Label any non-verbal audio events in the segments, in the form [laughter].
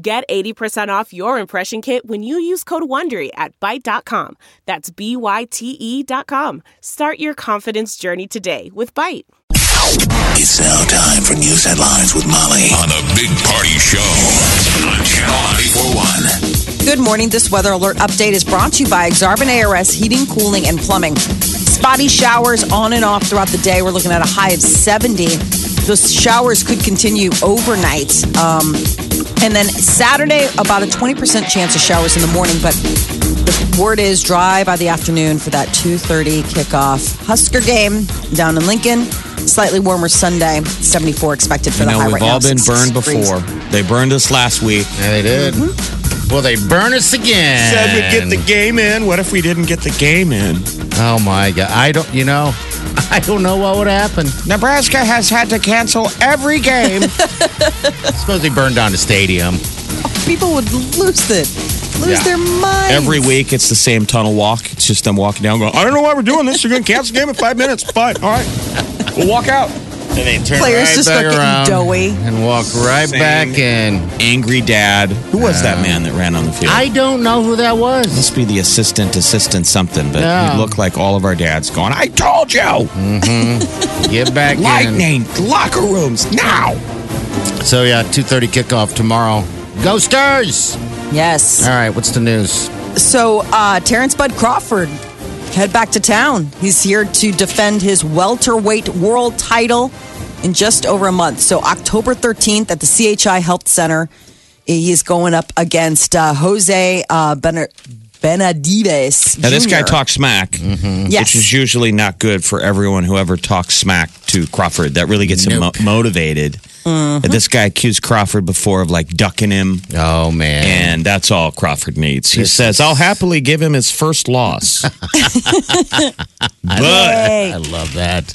Get 80% off your impression kit when you use code WONDERY at Byte.com. That's B-Y-T-E E dot com. Start your confidence journey today with Byte. It's now time for news headlines with Molly on the Big Party Show on Channel 941. Good morning. This weather alert update is brought to you by Exarban ARS Heating, Cooling, and Plumbing. Spotty showers on and off throughout the day. We're looking at a high of 70. Those showers could continue overnight. Um, and then Saturday, about a 20% chance of showers in the morning, but the word is dry by the afternoon for that 2.30 kickoff Husker game down in Lincoln. Slightly warmer Sunday, 74 expected for You the know, high we've right now, all been 66 burned degrees. before. They burned us last week. Yeah, they did. Will they burn us again? Said we'd Mm-hmm. get the game in. What if we didn't get the game in? Oh my god! I don't. You know, [laughs] I don't know what would happen. Nebraska has had to cancel every game. Suppose they burned down the stadium. People would lose it, lose Yeah. their minds. [laughs] Every week, it's the same tunnel walk. It's just them walking down, going, "I don't know why we're doing this. You're going to cancel the game in five minutes. Fine, all right, we'll walk out." And they turn Players right just back start getting around doughy. and walk right Same. back in. Angry dad. Who was Uh, that man that ran on the field? I don't know who that was. must be the assistant, assistant something, but No. he looked like all of our dads going, I told you! Get back in. Lightning, locker rooms, now! So yeah, two thirty kickoff tomorrow. Go Stars! yes. All right, what's the news? So, uh, Terrence Bud Crawford head back to town. He's here to defend his welterweight world title in just over a month. So, October 13th at the CHI Health Center, he is going up against uh, Jose uh, ben- Benavides. Now, this guy Jr.. talks smack, Yes. which is usually not good for everyone who ever talks smack to Crawford. That really gets him mo- Nope. motivated. And This guy accused Crawford before of like ducking him, Oh man. and that's all Crawford needs. He says, I'll happily give him his first loss. but Hey. I love that.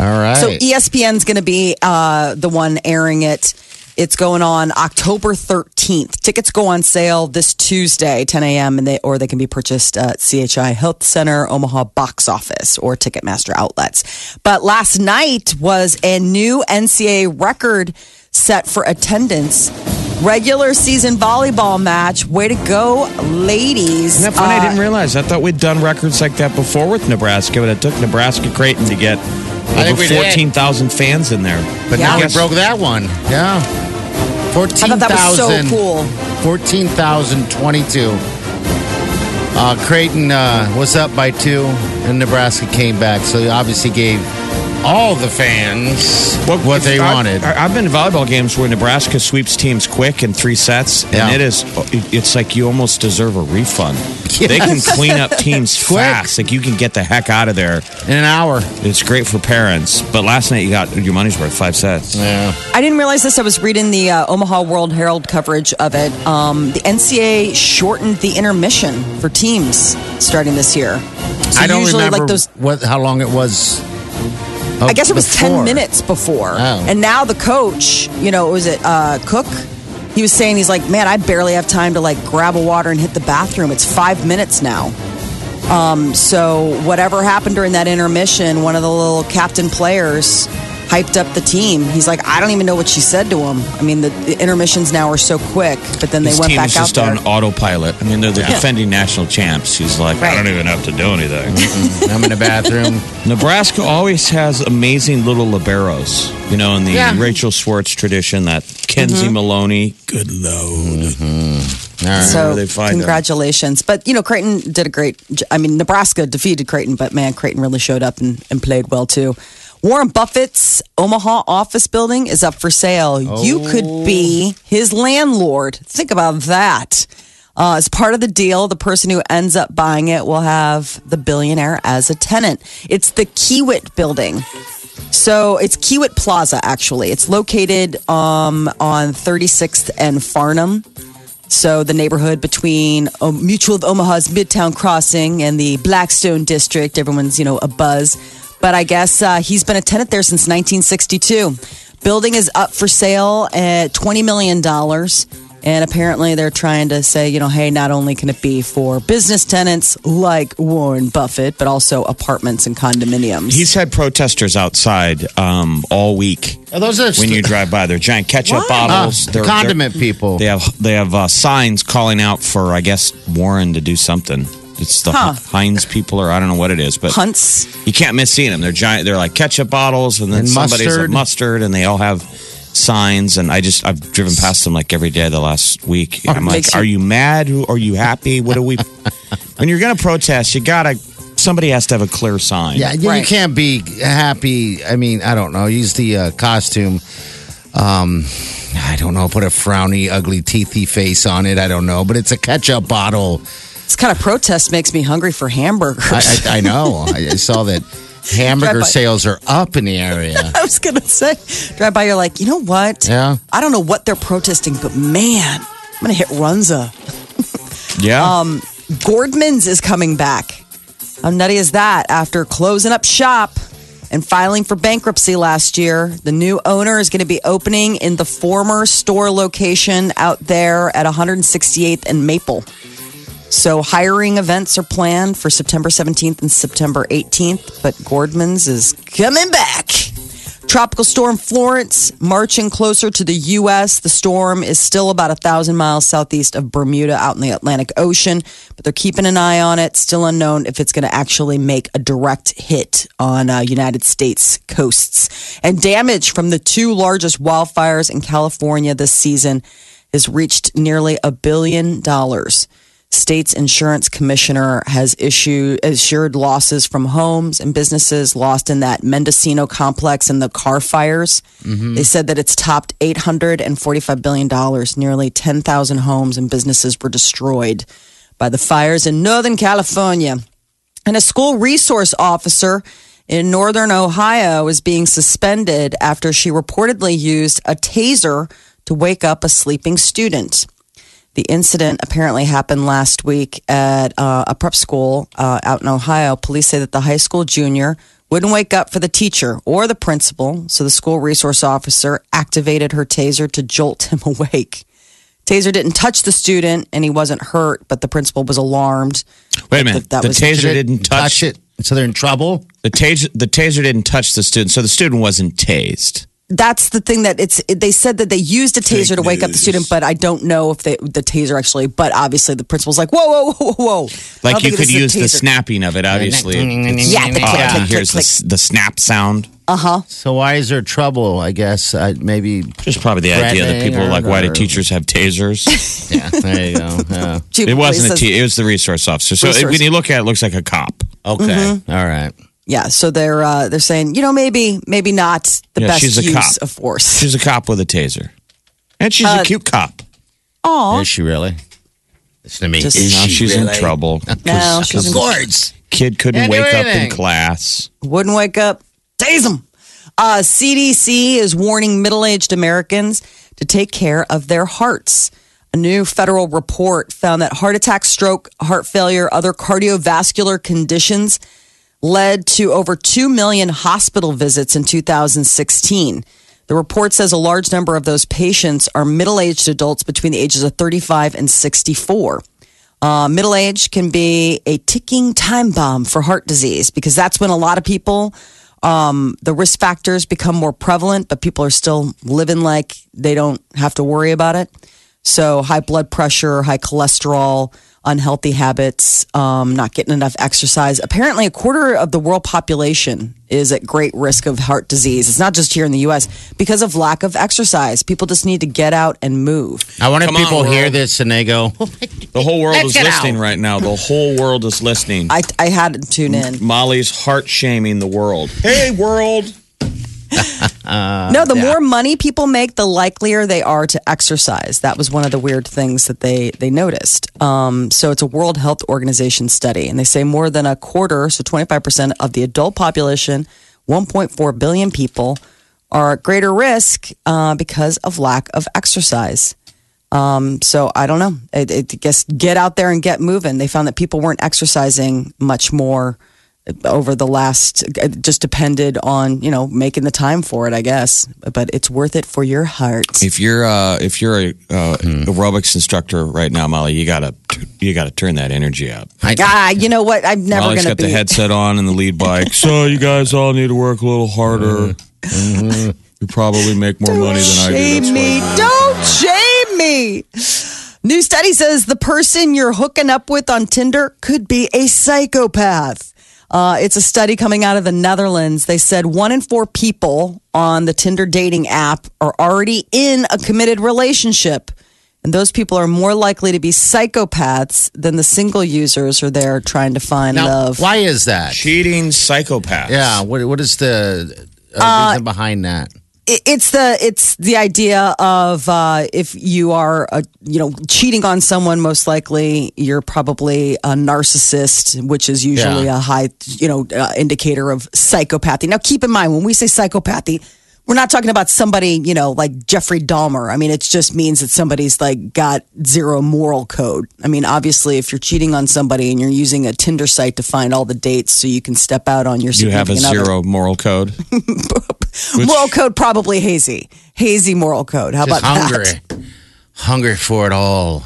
All right. So E ESPN's going to be uh, the one airing it. It's going on October 13th. Tickets go on sale this Tuesday, 10 a.m., and they or they can be purchased at CHI Health Center, Omaha box office, or Ticketmaster outlets. But last night was a new NCAA record set for attendance. Regular season volleyball match. Way to go, ladies! Isn't that funny? Uh, I didn't realize. I thought we'd done records like that before with Nebraska, but it took Nebraska Creighton to get over think we did. 14,000 fans in there. But Yeah. now we Yes. broke that one. Yeah. I thought that was so 14,000. cool. 14,022. Uh, Creighton uh, was up by two, and Nebraska came back. So they obviously gave all the fans what, they I- wanted. I, have been to volleyball games where Nebraska sweeps teams quick in three sets, Yeah. and it is, it's like you almost deserve a [laughs] refund. They can clean up teams Quick. fast. Like you can get the heck out of there. In an hour. It's great for parents. But last night you got your money's worth, five sets. Yeah. I didn't realize this. I was reading the uh, Omaha World Herald coverage of it. Um, the NCAA shortened the intermission for teams starting this year. So I don't usually, remember like those. what, how long it was. I guess it was ten Oh, before. minutes before, Oh. and now the coach, you know, was it uh, Cook? He was saying he's like, man, I barely have time to like grab a water and hit the bathroom. It's five minutes now. Um, so whatever happened during that intermission, one of the little captain players hyped up the team. He's like, I don't even know what she said to him. I mean, the, the intermissions now are so quick, but then they This went team back is out just there. on autopilot. I mean, they're the defending national champs. He's like, I don't even have to do anything. I'm in the [laughs] bathroom. [laughs] Nebraska always has amazing little liberos, you know, in the Yeah. Rachel Schwartz tradition, that Mm-hmm. Kenzie Maloney. Good load. All right. so where they find them. congratulations, but you know Creighton did a great. j- I mean Nebraska defeated Creighton, but man, Creighton really showed up and, and played well too. Warren Buffett's Omaha office building is up for sale. You could be Oh. his landlord. Think about that. Uh, as part of the deal, the person who ends up buying it will have the billionaire as a tenant. It's the Kiewit building. So it's Kiewit Plaza, actually. It's located um, on 36th and Farnham. So the neighborhood between O- Mutual of Omaha's Midtown Crossing and the Blackstone District, everyone's you know a buzz. But I guess uh, he's been a tenant there since 1962. Building is up for sale at 20 million dollars, and apparently they're trying to say you know hey, not only can it be for business tenants like Warren Buffett, but also apartments and condominiums. He's had protesters outside um, all week. Are those are when you drive by, they're giant ketchup Why? bottles. Ah, they're, condiment they're- people. They have they have uh, signs calling out for I guess Warren to do something. It's the Huh. Heinz people, or I don't know what it is, but Hunts. you can't miss seeing them. They're giant. They're like ketchup bottles, and then And somebody's mustard. a mustard, and they all have signs. And I just I've driven past them like every day the last week. And I'm Makes like, you- are you mad? Who- Are you happy? What do we? when you're gonna protest, you gotta somebody has to have a clear sign. Yeah, yeah, you Right. can't be happy. I mean, I don't know. Use the uh, costume. Um, I don't know. Put a frowny, ugly, teethy face on it. I don't know, but it's a ketchup bottle. This kind of protest makes me hungry for hamburgers. I, I, I know. I, I saw [laughs] that hamburger Drive by. sales are up in the [laughs] area. [laughs] I was gonna say, drive by, you're like, you know what? Yeah. I don't know what they're protesting, but man, I'm gonna hit Runza. yeah. Gordman's is coming back. How nutty is that? After closing up shop and filing for bankruptcy last year, the new owner is going to be opening in the former store location out there at 168th and Maple. So hiring events are planned for September 17th and September 18th, but Gordman's is coming back. Tropical storm Florence marching closer to the U.S. The storm is still about a thousand miles southeast of Bermuda out in the Atlantic Ocean, but they're keeping an eye on it. Still unknown if it's going to actually make a direct hit on uh, United States coasts. And damage from the two largest wildfires in California this season has reached nearly a billion dollars. State's insurance commissioner has issued assured losses from homes and businesses lost in that Mendocino complex and the car fires. They said that it's topped eight hundred and forty-five billion dollars. Nearly ten thousand homes and businesses were destroyed by the fires in Northern California. And a school resource officer in Northern Ohio is being suspended after she reportedly used a taser to wake up a sleeping student. The incident apparently happened last week at uh, a prep school uh, out in Ohio. Police say that the high school junior wouldn't wake up for the teacher or the principal, so the school resource officer activated her taser to jolt him [laughs] awake. Taser didn't touch the student and he wasn't hurt, but the principal was alarmed. Wait a minute. that the was- taser didn't touch, it, so they're in trouble. the taser. The taser didn't touch the student, so the student wasn't tased. That's the thing that it's. They said that they used a taser to wake up the student, but I don't know if they, the taser actually. But obviously, the principal's like, whoa, whoa, whoa, whoa, whoa. I Like don't you think could this is a use the Oh, taser. snapping of it. Obviously, it's Yeah, the click, odd. click, He hears click, the, the snap sound. So why is there trouble? I guess I, maybe. Just probably the idea that people are like, why do teachers have [laughs] tasers? Yeah, there you go. Yeah. She it wasn't a says- te- it was the resource officer. So Resource. Mm-hmm. when you look at it, it looks like a cop. Okay, all right. Yeah, so they're uh, they're saying you know maybe maybe not the Yeah, best she's a use cop. of force. She's a cop with a taser, and she's Uh, a cute cop. Is she really? Listen to me. Just- Is Now she she's in really? trouble. No, she's in- Of course. Kid couldn't Can't do wake up in anything. class. wouldn't wake up. Tase them. Uh, CDC is warning middle aged Americans to take care of their hearts. A new federal report found that heart attack, stroke, heart failure, other cardiovascular conditions led to over 2 million hospital visits in 2016. The report says a large number of those patients are middle aged adults between the ages of 35 and 64. Uh, middle age can be a ticking time bomb for heart disease because that's when a lot of people, um, the risk factors become more prevalent, but people are still living like they don't have to worry about it. So, high blood pressure, high cholesterol, unhealthy habits, um, not getting enough exercise. Apparently, a quarter of the world population is at great risk of heart disease. It's not just here in the US because of lack of exercise. People just need to get out and move. I wonder Come if on, people hear world. this and they go, The whole world Let's is get listening out. right now. The whole world is listening. I, I had to tune in. Molly's heart shaming the world. Hey, world. No, the more money people make, the likelier they are to exercise. That was one of the weird things that they they noticed. Um, so it's a World Health Organization study, and they say more than a quarter, so twenty five percent of the adult population, one point four billion people, are at greater risk uh, because of lack of exercise. Um, so I don't know. I, I guess get out there and get moving. They found that people weren't exercising much more over the last. It just depended on you know making the time for it, I guess. But it's worth it for your heart. If you're uh, if you're a uh, Hmm. aerobics instructor right now, Molly, you gotta you gotta turn that energy up. ah, you know what? I'm never Molly's gonna got be. the headset on and the lead bike. so you guys all need to work a little Uh-huh. harder. Mm-hmm. You probably make more money than I do. shame That's why me. you- Don't shame me. New study says the person you're hooking up with on Tinder could be a psychopath. Uh, it's a study coming out of the Netherlands. They said one in four people on the Tinder dating app are already in a committed relationship. And those people are more likely to be psychopaths than the single users are there trying to find Now, love. why is that? Cheating psychopaths. Yeah, what what is the uh, reason behind that? it- it's the it's the idea of uh, if you are uh you know cheating on someone most likely you're probably a narcissist which is usually Yeah. a high you know uh, indicator of psychopathy now keep in mind when we say psychopathy we're not talking about somebody you know like jeffrey dahmer i mean it just means that somebody's like got zero moral code i mean obviously if you're cheating on somebody and you're using a tinder site to find all the dates so you can step out on your You have a significant other- zero moral [laughs] code. moral code probably hazy hazy moral code how Just about hungry, that hungry for it all.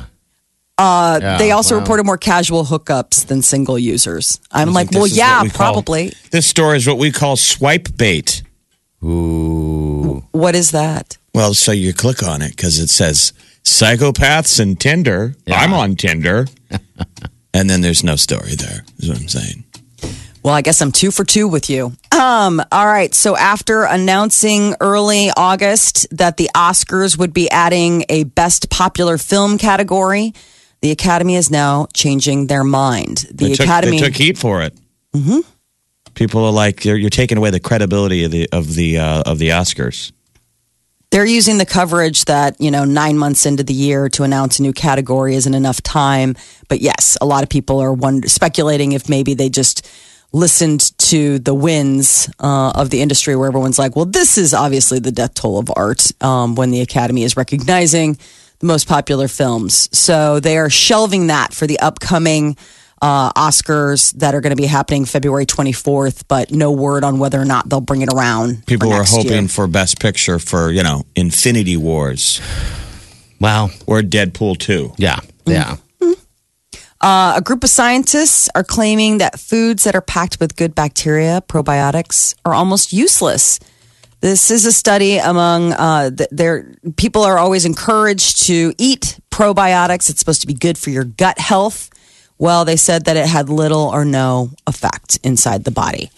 uh, they Yeah, also wow. reported more casual hookups than single users i'm like This well is yeah what we call- probably This story is what we call swipe bait. Ooh, what is that Well, so you click on it because it says psychopaths and Tinder. I'm on Tinder. [laughs] and then there's no story there, is what I'm saying. Well, I guess I'm two for two with you. Um, all right. So after announcing early August that the Oscars would be adding a best popular film category, the Academy is now changing their mind. The they, took, Academy they took heat for it. Mm-hmm. People are like, you're, you're taking away the credibility of the of the uh, of the Oscars. they're using the coverage that you know nine months into the year to announce a new category isn't enough time but yes a lot of people are wonder- speculating if maybe they just listened to the wins uh, of the industry where everyone's like well this is obviously the death toll of art um, when the academy is recognizing the most popular films so they are shelving that for the upcoming uh, Oscars that are going to be happening February 24th, but no word on whether or not they'll bring it around. for People are next year. hoping for Best Picture for you know Infinity Wars wow, or Deadpool Two. yeah, Mm. yeah. Uh, A group of scientists are claiming that foods that are packed with good bacteria, probiotics, are almost useless. This is a study among uh, th- their people are always encouraged to eat probiotics. It's supposed to be good for your gut health. Well, they said that it had little or no effect inside the body.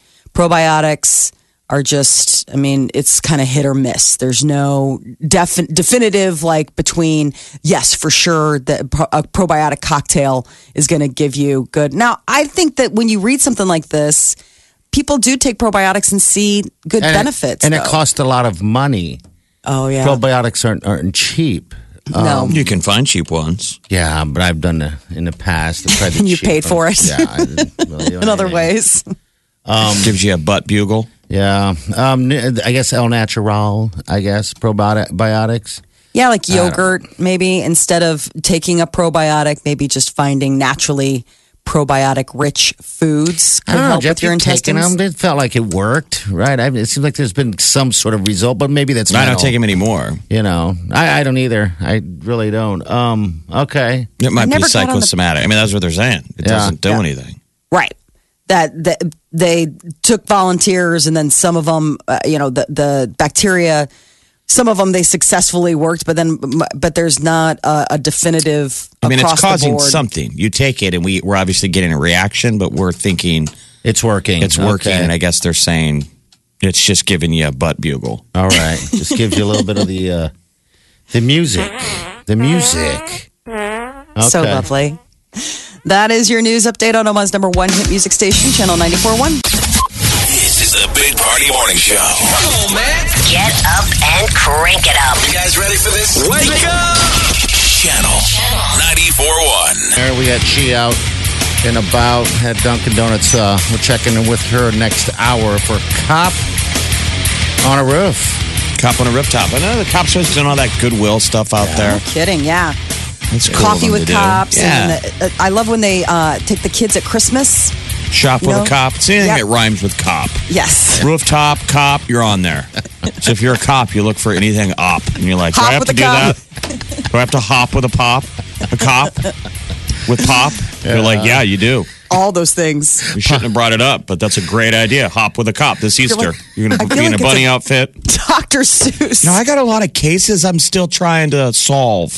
Probiotics are just, I mean, it's kind of hit or miss. There's no defi- definitive like between, yes, for sure that pro- a probiotic cocktail is going to give you good. Now, I think that when you read something like this, people do take probiotics and see good And it- benefits. and it though. costs a lot of money. Oh yeah. Probiotics aren't aren't cheap. no. um, You can find cheap ones. Yeah, but I've done it in the past. I tried to And [laughs] you cheat paid for them. it. Yeah, [laughs] I didn't really do in other anything. ways. Gives you a butt bugle. Yeah, um, I guess El Natural. I guess probiotics. Yeah, like yogurt, maybe instead of taking a probiotic, maybe just finding naturally probiotic rich foods I could don't know, help Oh, Jeff, with your you've taken intestines. Them, it felt like it worked, right? I, it seems like there's been some sort of result, but maybe that's I mental, don't take them anymore. You know, I, I don't either. I really don't. Um, okay, It might be never got on the- psychosomatic. I mean, that's what they're saying. It Yeah. doesn't do Yeah. anything. Right. That, that they took volunteers and then some of them, uh, you know, the, the bacteria, some of them they successfully worked, but then, but there's not a, a definitive. I mean, it's across the causing board. something. You take it, and we, we're obviously getting a reaction, but we're thinking it's working. it's working. Okay. And I guess they're saying it's just giving you a butt bugle. All right, just gives you a little bit of the uh, the music, the music. So Okay. lovely. That is your news update on Omaha's number one hit music station, Channel 941. This is the Big Party Morning Show. Get up and crank it up. You guys ready for this? Wake up! Channel 94.1. There we got she out and about at Dunkin' Donuts. Uh, we're checking in with her next hour for cop on a roof. cop on a rooftop. I know the cops are always doing all that goodwill stuff out there. Kidding, yeah. That's cool Coffee of them with to do. cops. Yeah. And then the, uh, I love when they uh, take the kids at Christmas. Shop you with know? a cop. It's anything Yep. that rhymes with cop. Yes. Rooftop, cop, you're [laughs] on there. So if you're a cop, you look for anything op. And you're like, do Hop I have with to a do cop. that? Do I have to hop with a pop? A cop? With [laughs] pop? You're like, yeah, you do. All those things. [laughs] We shouldn't have brought it up, but that's a great idea. Hop with a cop this Easter. like- You're going I to feel be in like a it's bunny a- outfit. Dr. Seuss. No, I got a lot of cases I'm still trying to solve.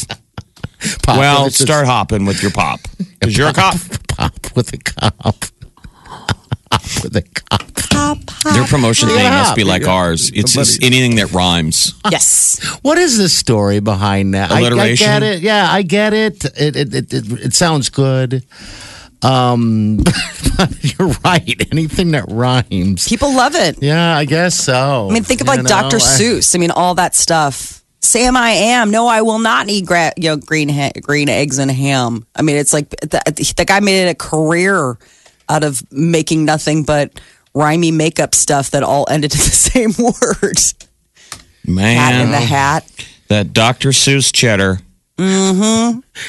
Pop Well, with a- start hopping with your pop. Because you're a cop. Pop with a cop. [laughs] Pop with a cop. Their promotion thing Yeah. must be like ours. It's just anything that rhymes. yes. What is the story behind that? I- Alliteration? I, get it. Yeah, I get it. It it it, it, it sounds good. Um, [laughs] you're right. Anything that rhymes. People love it. Yeah, I guess so. I mean, think of You like know, Dr. I- Seuss. I mean, all that stuff. Sam, I am. No, I will not eat gra- you know, green ha- green eggs and ham. I mean, it's like the, the guy made a career out of making nothing but rhymey makeup stuff that all ended in [laughs] the same word. Cat in the Man, hat. [laughs] that Dr. Seuss cheddar.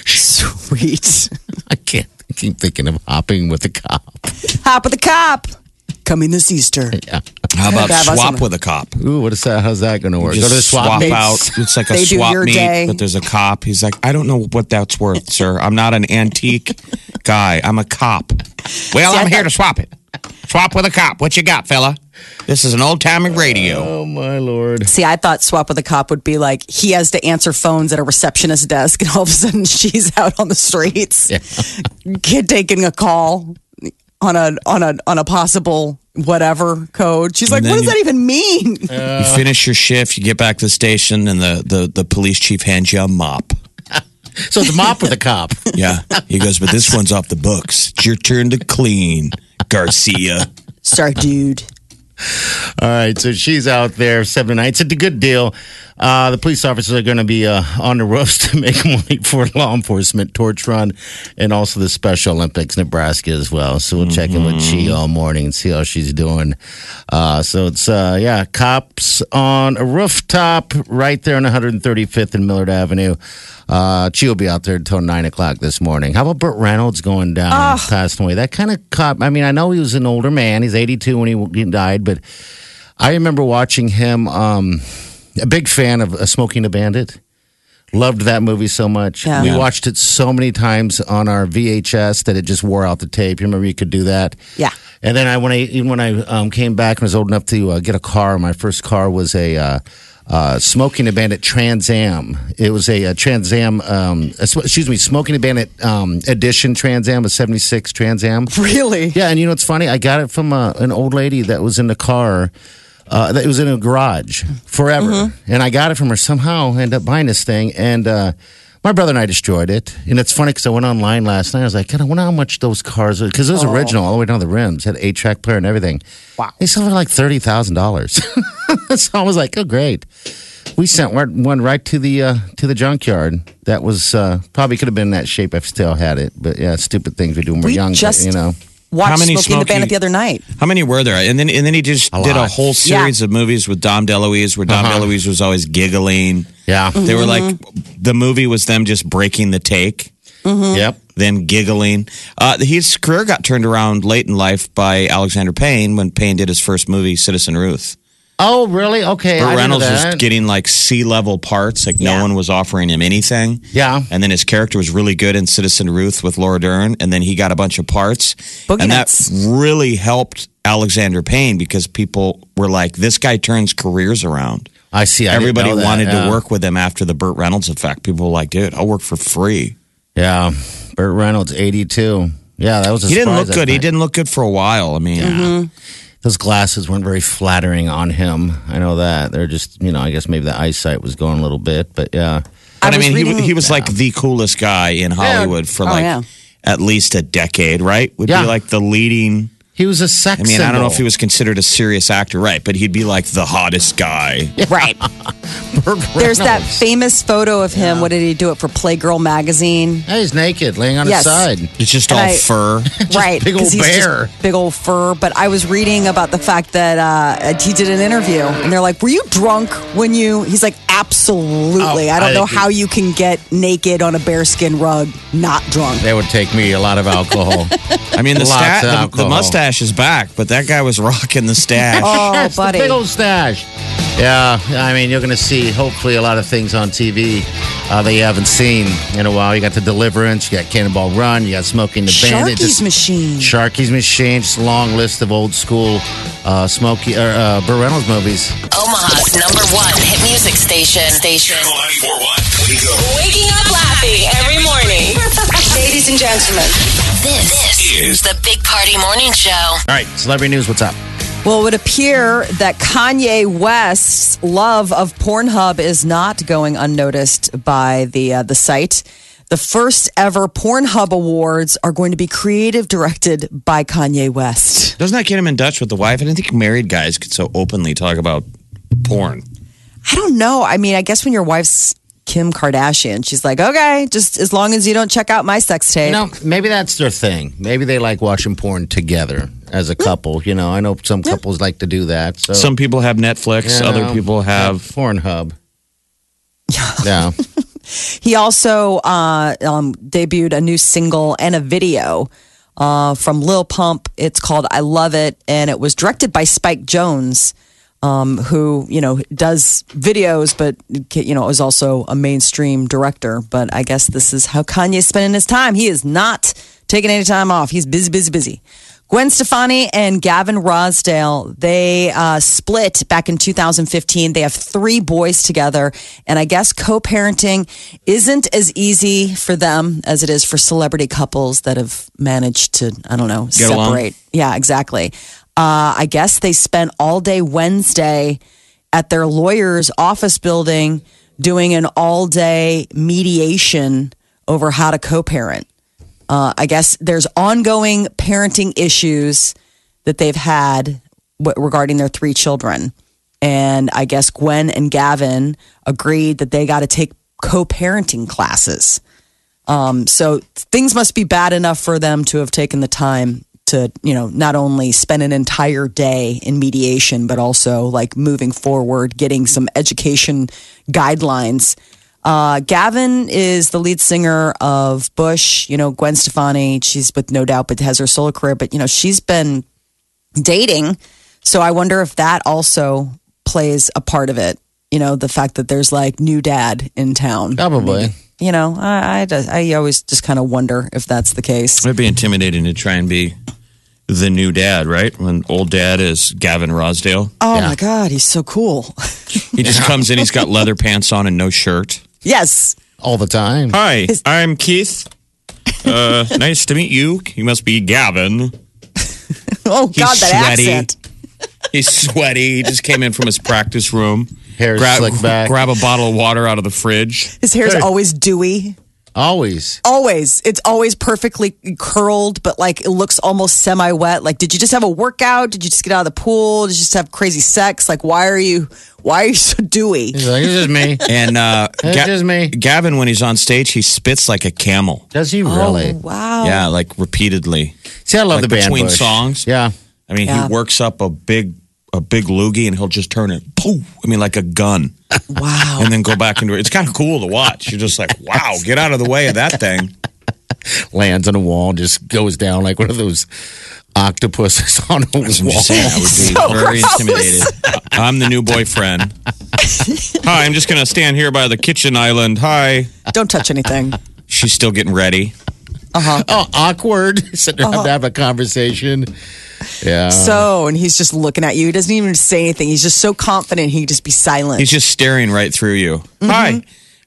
Sweet. I can't keep thinking of hopping with a cop. Hop with the cop. Coming this Easter. How about That was swap on- with a cop? Ooh, what is that? How's that going to work? Just Go to swap. meet. out. It's like a They do swap your meet, day. but there's a cop. He's like, I don't know what that's worth, sir. I'm not [laughs] an antique guy. I'm a cop. Well, See, I I'm here thought- to swap it. Swap with a cop. What you got, fella? This is an old timey radio. Oh my lord! See, I thought swap with a cop would be like he has to answer phones at a receptionist desk, and all of a sudden [laughs] she's out on the streets, kid taking a call on a on a on a possible whatever code. She's like, And "What then does you- that even mean?" you finish your shift, you get back to the station, and the, the, the police chief hands you a mop. So it's mop with a cop. Yeah. He goes, but this one's off the books. It's your turn to clean, Garcia. Sorry, dude. All right, so she's out there seven nights. It's a good deal. Uh, the police officers are going to be uh, on the roofs [laughs] to make money for law enforcement, torch run, and also the Special Olympics, Nebraska as well. So we'll check in with she all morning and see how she's doing. Uh, so it's, uh, yeah, cops on a rooftop right there on 135th and Millard Avenue. Uh, she will be out there until 9 o'clock this morning. How about Burt Reynolds going down and passing away? That kind of cop, I mean, I know he was an older man. He's 82 when he- he died, but. I remember watching him. Um, a big fan of uh, Smoking the Bandit. Loved that movie so much. Yeah. We Yeah. watched it so many times on our VHS that it just wore out the tape. You remember you could do that. Yeah. And then I when I even when I um, came back and was old enough to uh, get a car, my first car was a. Uh, uh, smoking the bandit Trans Am. It was a, uh Trans Am. Um, a sm- excuse me, smoking the bandit um, edition Trans Am, a '76 Trans Am. Really? Yeah, and you know what's funny? I got it from uh an old lady that was in the car. Uh, that was in a garage forever, Mm-hmm. and I got it from her. Somehow, I ended up buying this thing, and uh, my brother and I destroyed it. And it's funny because I went online last night. I was like, "God, I wonder how much those cars are because it was Oh. original all the way down to the rims, had eight track player and everything. Wow, they sold for like thirty thousand dollars. [laughs] so I was like, "Oh, great." We sent one one right to the uh, to the junkyard. That was uh, probably could have been in that shape. I've still had it, but yeah, stupid things we do when we're We young. but, just- you know, Watched How Smoking many the Smokey- Bandit the other night. How many were there? And then and then he just did a lot. Uh-huh. whole series of movies with Dom DeLuise where Dom DeLuise was always giggling. yeah, They were like Mm-hmm. the movie was them just breaking the take, Yep. them giggling. Uh, his career got turned around late in life by Alexander Payne when Payne did his first movie, Citizen Ruth. Oh, really? Okay. Burt I didn't Reynolds know was that. getting like sea level parts, like Yeah. no one was offering him anything. Yeah. And then his character was really good in Citizen Ruth with Laura Dern, and then he got a bunch of parts. Boogie and Nights. that really helped Alexander Payne because people were like, this guy turns careers around. I see. I didn't Everybody know that, wanted yeah. to work with him after the Burt Reynolds effect. People were like, dude, I'll work for free. Yeah. Burt Reynolds, 82. Yeah, that was a He didn't surprise, look I good. He think. didn't look good for a while. I mean, Mm-hmm. Those glasses weren't very flattering on him. I know that. They're just, you know, I guess maybe the eyesight was going a little bit, but yeah. But I, was mean, reading- he, he was like the coolest guy in Hollywood for Oh, like yeah. at least a decade, right? Would Yeah. be like the leading He was a sex I mean, I don't know if he symbol. was considered a serious actor, right? But he'd be like the hottest guy. Right. Burt There's that Reynolds. famous photo of him. What did he do it for Playgirl magazine? Hey, he's naked, laying on Yes. his side. It's just And all I- fur. right. big 'cause old he's just bear. Big old fur. But I was reading about the fact that uh, he did an interview and they're like, Were you drunk when you? He's like, Absolutely. Oh, I don't I know agree. how you can get naked on a bearskin rug not drunk. That would take me a lot [laughs] of alcohol. I mean, the, [laughs] Lots stat, of the, the alcohol. mustache is back, but that guy was [laughs] rocking the stash. Oh, That's the buddy. big old stash. Yeah, I mean, you're going to see hopefully a lot of things on TV uh, that you haven't seen in a while. You got The Deliverance, you got Cannonball Run, you got Smoking the Bandit. Sharky's just- machine. Sharky's Machine, just a long list of old school uh, Smokey or uh, Burt Reynolds movies. Omaha's number one hit music station. Station. Channel 94.1. Wake up. Waking up laughing every morning. [laughs] Ladies and gentlemen, this, Is- is the Big Party Morning Show. All right, celebrity news, what's up? Well, it would appear that Kanye West's love of Pornhub is not going unnoticed by the uh, the site. The first ever Pornhub Awards are going to be creative directed by Kanye West. Doesn't that get him in touch with the wife? I didn't think married guys could so openly talk about porn. I don't know. I mean, I guess when your wife's Kim Kardashian, she's like, okay, just as long as you don't check out my sex tape. You know, maybe that's their thing. Maybe they like watching porn together as a couple. You know, I know some couples like to do that. So Some people have Netflix, you other know, uh, people have. [laughs] Pornhub. Yeah. He also uh, um, debuted a new single and a video uh, from Lil Pump. It's called "I Love It," and it was directed by Spike Jones, um, who you know does videos, but you know is also a mainstream director. But I guess this is how Kanye's spending his time. He is not taking any time off. He's busy, busy, busy. Gwen Stefani and Gavin Rosdale, they uh, split back in 2015. They have three boys together. And I guess co parenting isn't as easy for them as it is for celebrity couples that have managed to, I don't know, Get along. separate. Yeah, exactly. Uh, I guess they spent all day Wednesday at their lawyer's office building doing an all day mediation over how to co parent uh, I guess there's ongoing parenting issues that they've had w- regarding their three children. And I guess Gwen and Gavin agreed that they got to take co parenting classes. Um, so things must be bad enough for them to have taken the time to, you know, not only spend an entire day in mediation, but also like moving forward, getting some education guidelines. Uh, Gavin is the lead singer of Bush. You know, Gwen Stefani, she's with No Doubt, but has her solo career. But, you know, she's been dating. So I wonder if that also plays a part of it. You know, the fact that there's like new dad in town Probably. you know, I I, just- I always just kind of wonder if that's the case. It'd be intimidating to try and be the new dad, right? When old dad is Gavin Rosdale. Oh Yeah. my God, he's so cool. [laughs] He just comes in, he's got [laughs] leather pants on and no shirt. yes, All the time. Hi, I'm Keith. [laughs] Uh, nice to meet you. You must be Gavin. Oh He's God, that sweaty. accent. He's sweaty. He just came in from his practice room. Hair slicked back. grab a bottle of water out of the fridge. His hair's always dewy. Always. Always, it's always perfectly curled, but like it looks almost semi-wet. Like, did you just have a workout? Did you just get out of the pool? Did you just have crazy sex? Like, why are you? Why are you so dewy? He's like, this [laughs] is me. And uh, That's just me. Gavin, when he's on stage, he spits like a camel. Does he really? Oh, wow. Yeah, like repeatedly. See, I love Like the band between Bush. songs? Yeah. I mean, Yeah. he works up a big a big loogie and he'll just turn it poof. I mean, like a gun, Wow. and then go back into it. It's kind of cool to watch. You're just like, wow, get out of the way of that thing. Lands on a wall, just goes down like one of those octopuses [laughs] on a wall. That's what I'm just saying. I would be very intimidated. I'm the new boyfriend. Hi, I'm just gonna stand here by the kitchen island. Hi. Don't touch anything. [laughs] Um. She's still getting ready. Oh, [laughs] awkward. [laughs] Sitting around to have a conversation. Yeah. Uh-huh. So, and he's just looking at you. He doesn't even say anything. He's just so confident he could just be silent. He's just staring right through you. Mm-hmm. Hi.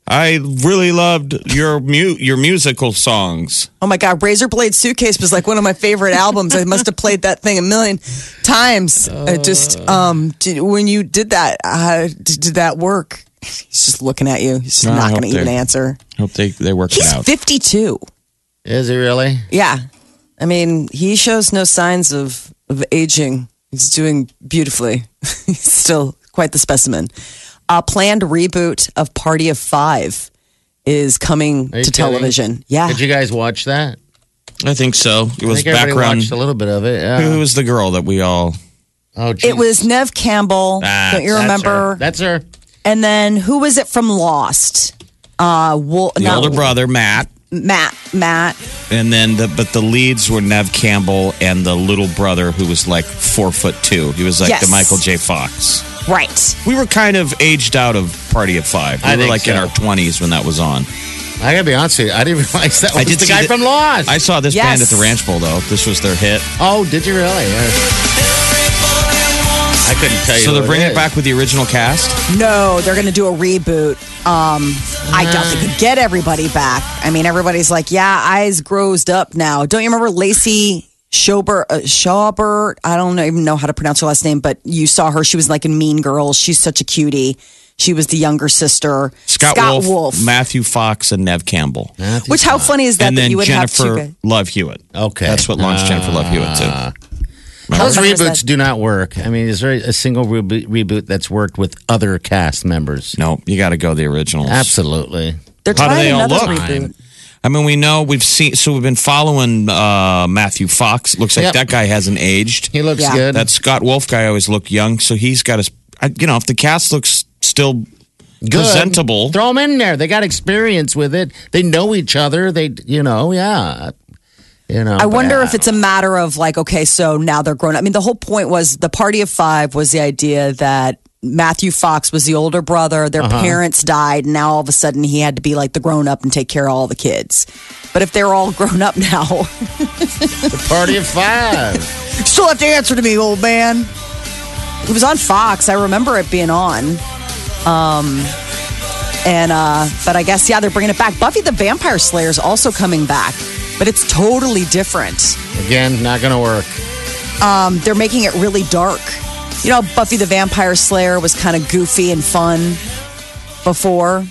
I really loved your mu- your musical songs. Oh my God, Razor Blade Suitcase was like one of my favorite albums. I must have played that thing a million times. I just Uh. um, did, when you did that, uh, did, did that work? He's just looking at you. He's No, I not hope going to even they- answer. Hope they they work it He's out. 52. is he really? Yeah. I mean, he shows no signs of of aging. He's doing beautifully. [laughs] He's still quite the specimen. A planned reboot of Party of Five is coming Are you to kidding? television. Yeah. Did you guys watch that? I think so. It I was think everybody background. watched a little bit of it. Yeah. Who was the girl that we all? oh, geez. it was Nev Campbell. Ah, That's- Don't you That's remember? her. That's her. and then who was it from Lost? Uh, Wol- The not older Wol- brother Matt, Matt. Matt. and then the but the leads were Nev Campbell and the little brother who was like four foot two. He was like Yes. the Michael J. Fox. Right. We were kind of aged out of Party at Five. We I were think like in so. our twenties when that was on. I gotta be honest with you. I didn't [laughs] realize that was I did the see guy that- from Lost. I saw this Yes. band at the Ranch Bowl though. This was their hit. oh, did you really? Yeah. I couldn't tell you. So who they're bringing is. it back with the original cast. No, they're going to do a reboot. Um, I doubt they could get everybody back. I mean, everybody's like, yeah, eyes grossed up now. Don't you remember Lacey Schobert? Uh, Schaubert? I don't even know how to pronounce her last name, but you saw her. She was like in Mean Girls. She's such a cutie. She was the younger sister. Scott, Wolf. Matthew Fox, and Nev Campbell. Which, how funny is that and that then you would have two Jennifer guys? Love Hewitt. Okay. Ah. That's what launched Jennifer Love Hewitt too. Those How is reboots that? do not work. I mean, is there a single reboot, reboot that's worked with other cast members? No, you got to go the originals. Absolutely. They're How do trying they all another look? reboot. I mean, we know we've seen, so we've been following uh, Matthew Fox. Looks like Yep. that guy hasn't aged. He looks Yeah. good. That Scott Wolf guy always looked young, so he's got his. I- You know, if the cast looks still good. presentable, Throw them in there. They got experience with it. They know each other. They, you know, yeah. You know. I wonder if it's a matter of like, okay, so now they're grown up. I mean, the whole point was the party of five was the idea that Matthew Fox was the older brother. Their Uh-huh. parents died, and now all of a sudden he had to be like the grown up and take care of all the kids. But if they're all [laughs] grown up now, party of five. still have to answer to me, old man. It was on Fox. I remember it being on. Um, and uh, but I guess yeah, they're bringing it back. Buffy the Vampire Slayer is also coming back, but it's totally different. Again, not going to work. they're making it really dark. You know, Buffy the Vampire Slayer was kind of goofy and fun before,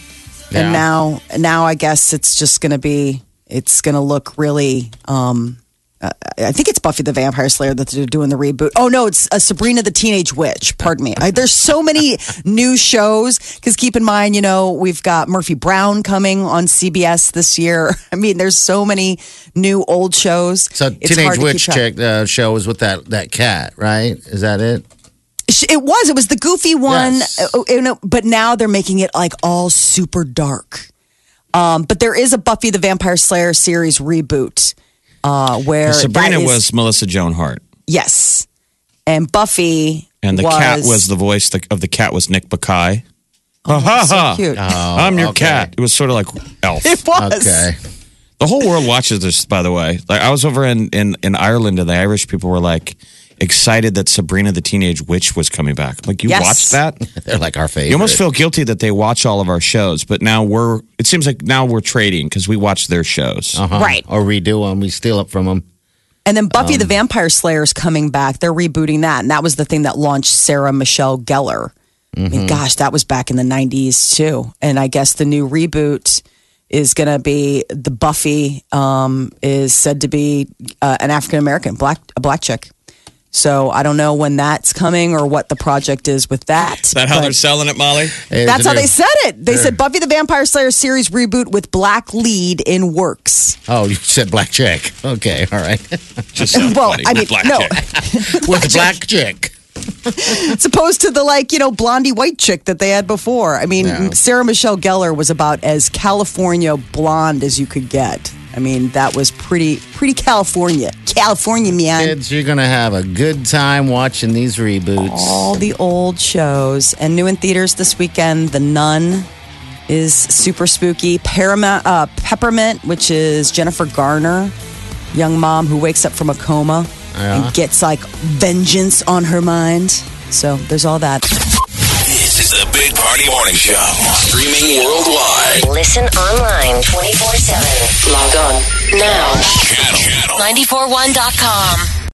Yeah. and now now I guess it's just going to be it's going to look really. Um, uh, I think it's Buffy the Vampire Slayer that they're doing the reboot. Oh no, it's uh, Sabrina the Teenage Witch. Pardon me. I, there's so many [laughs] new shows because keep in mind, you know, we've got Murphy Brown coming on CBS this year. [laughs] I mean, there's so many new old shows. So, It's hard Teenage to keep Witch track. chick, uh, show was with that, that cat, right? Is that it? Sh- It was. It was the goofy one. Yes. Uh, you know, But now they're making it like all super dark. Um, but there is a Buffy the Vampire Slayer series reboot uh, where Sabrina that is- was Melissa Joan Hart, yes, and Buffy and the cat was the voice the, of the cat was Nick Bakay. Oh, ha, ha. cute. I'm your okay. cat. It was sort of like [laughs] [laughs] Elf. it was Okay. [laughs] The whole world watches this, by the way. Like I was over in, in, in Ireland, and the Irish people were like excited that Sabrina the Teenage Witch was coming back. Like you Yes. watched that, They're like our favorite. you almost feel guilty that they watch all of our shows. But now we're it seems like now we're trading because we watch their shows. Uh-huh. Right. Or redo them. We steal it from them. And then Buffy Um, the Vampire Slayer is coming back. They're rebooting that, and that was the thing that launched Sarah Michelle Gellar. I Mm-hmm. mean, gosh, that was back in the '90s too. And I guess the new reboot is going to be the Buffy um, is said to be uh, an African American black a black chick. So I don't know when that's coming or what the project is with that. Is that how but- they're selling it, Molly? that's how they said it. They said Buffy the Vampire Slayer series reboot with black lead in works. Oh, you said black chick. Okay, all right. Just [laughs] sounds Well, funny. I mean, Black no. chick. With black chick. It's opposed to the like you know blondie white chick that they had before. I mean, Yeah. Sarah Michelle Gellar was about as California blonde as you could get. I mean, that was pretty pretty California, California man. Kids, you're going to have a good time watching these reboots. All the old shows and new in theaters this weekend. The Nun is super spooky. Paramount, uh, Peppermint, which is Jennifer Garner, young mom who wakes up from a coma and gets like vengeance on her mind. So there's all that. This is the Big Party Morning Show. Streaming worldwide. Listen online 24 7. Log on now. Channel, channel 941.com.